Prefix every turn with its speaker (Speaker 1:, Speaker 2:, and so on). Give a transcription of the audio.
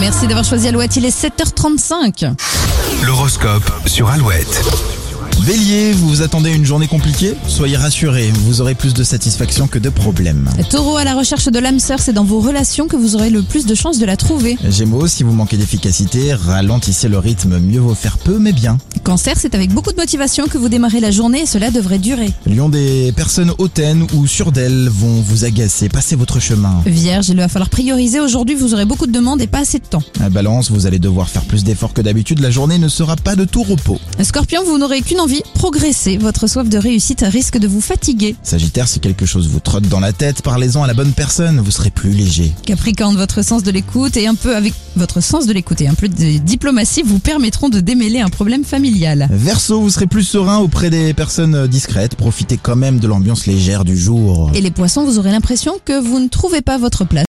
Speaker 1: Merci d'avoir choisi Alouette. Il est 7h35.
Speaker 2: L'horoscope sur Alouette.
Speaker 3: Bélier, vous vous attendez à une journée compliquée Soyez rassurés, vous aurez plus de satisfaction que de problèmes.
Speaker 1: Taureau à la recherche de l'âme sœur, c'est dans vos relations que vous aurez le plus de chances de la trouver.
Speaker 3: Gémeaux, si vous manquez d'efficacité, ralentissez le rythme, mieux vaut faire peu mais bien.
Speaker 1: Cancer, c'est avec beaucoup de motivation que vous démarrez la journée et cela devrait durer.
Speaker 3: Lion, des personnes hautaines ou sûres d'elles vont vous agacer, passez votre chemin.
Speaker 1: Vierge, il va falloir prioriser. Aujourd'hui, vous aurez beaucoup de demandes et pas assez de temps.
Speaker 3: À Balance, vous allez devoir faire plus d'efforts que d'habitude, la journée ne sera pas de tout repos.
Speaker 1: Scorpion, vous n'aurez qu'une envie, progresser. Votre soif de réussite risque de vous fatiguer.
Speaker 3: Sagittaire, si quelque chose vous trotte dans la tête, parlez-en à la bonne personne, vous serez plus léger.
Speaker 1: Capricorne, votre sens de l'écoute et un peu avec votre sens de l'écoute et un peu de diplomatie vous permettront de démêler un problème familial.
Speaker 3: Verseau, vous serez plus serein auprès des personnes discrètes, profitez quand même de l'ambiance légère du jour.
Speaker 1: Et les poissons, vous aurez l'impression que vous ne trouvez pas votre place.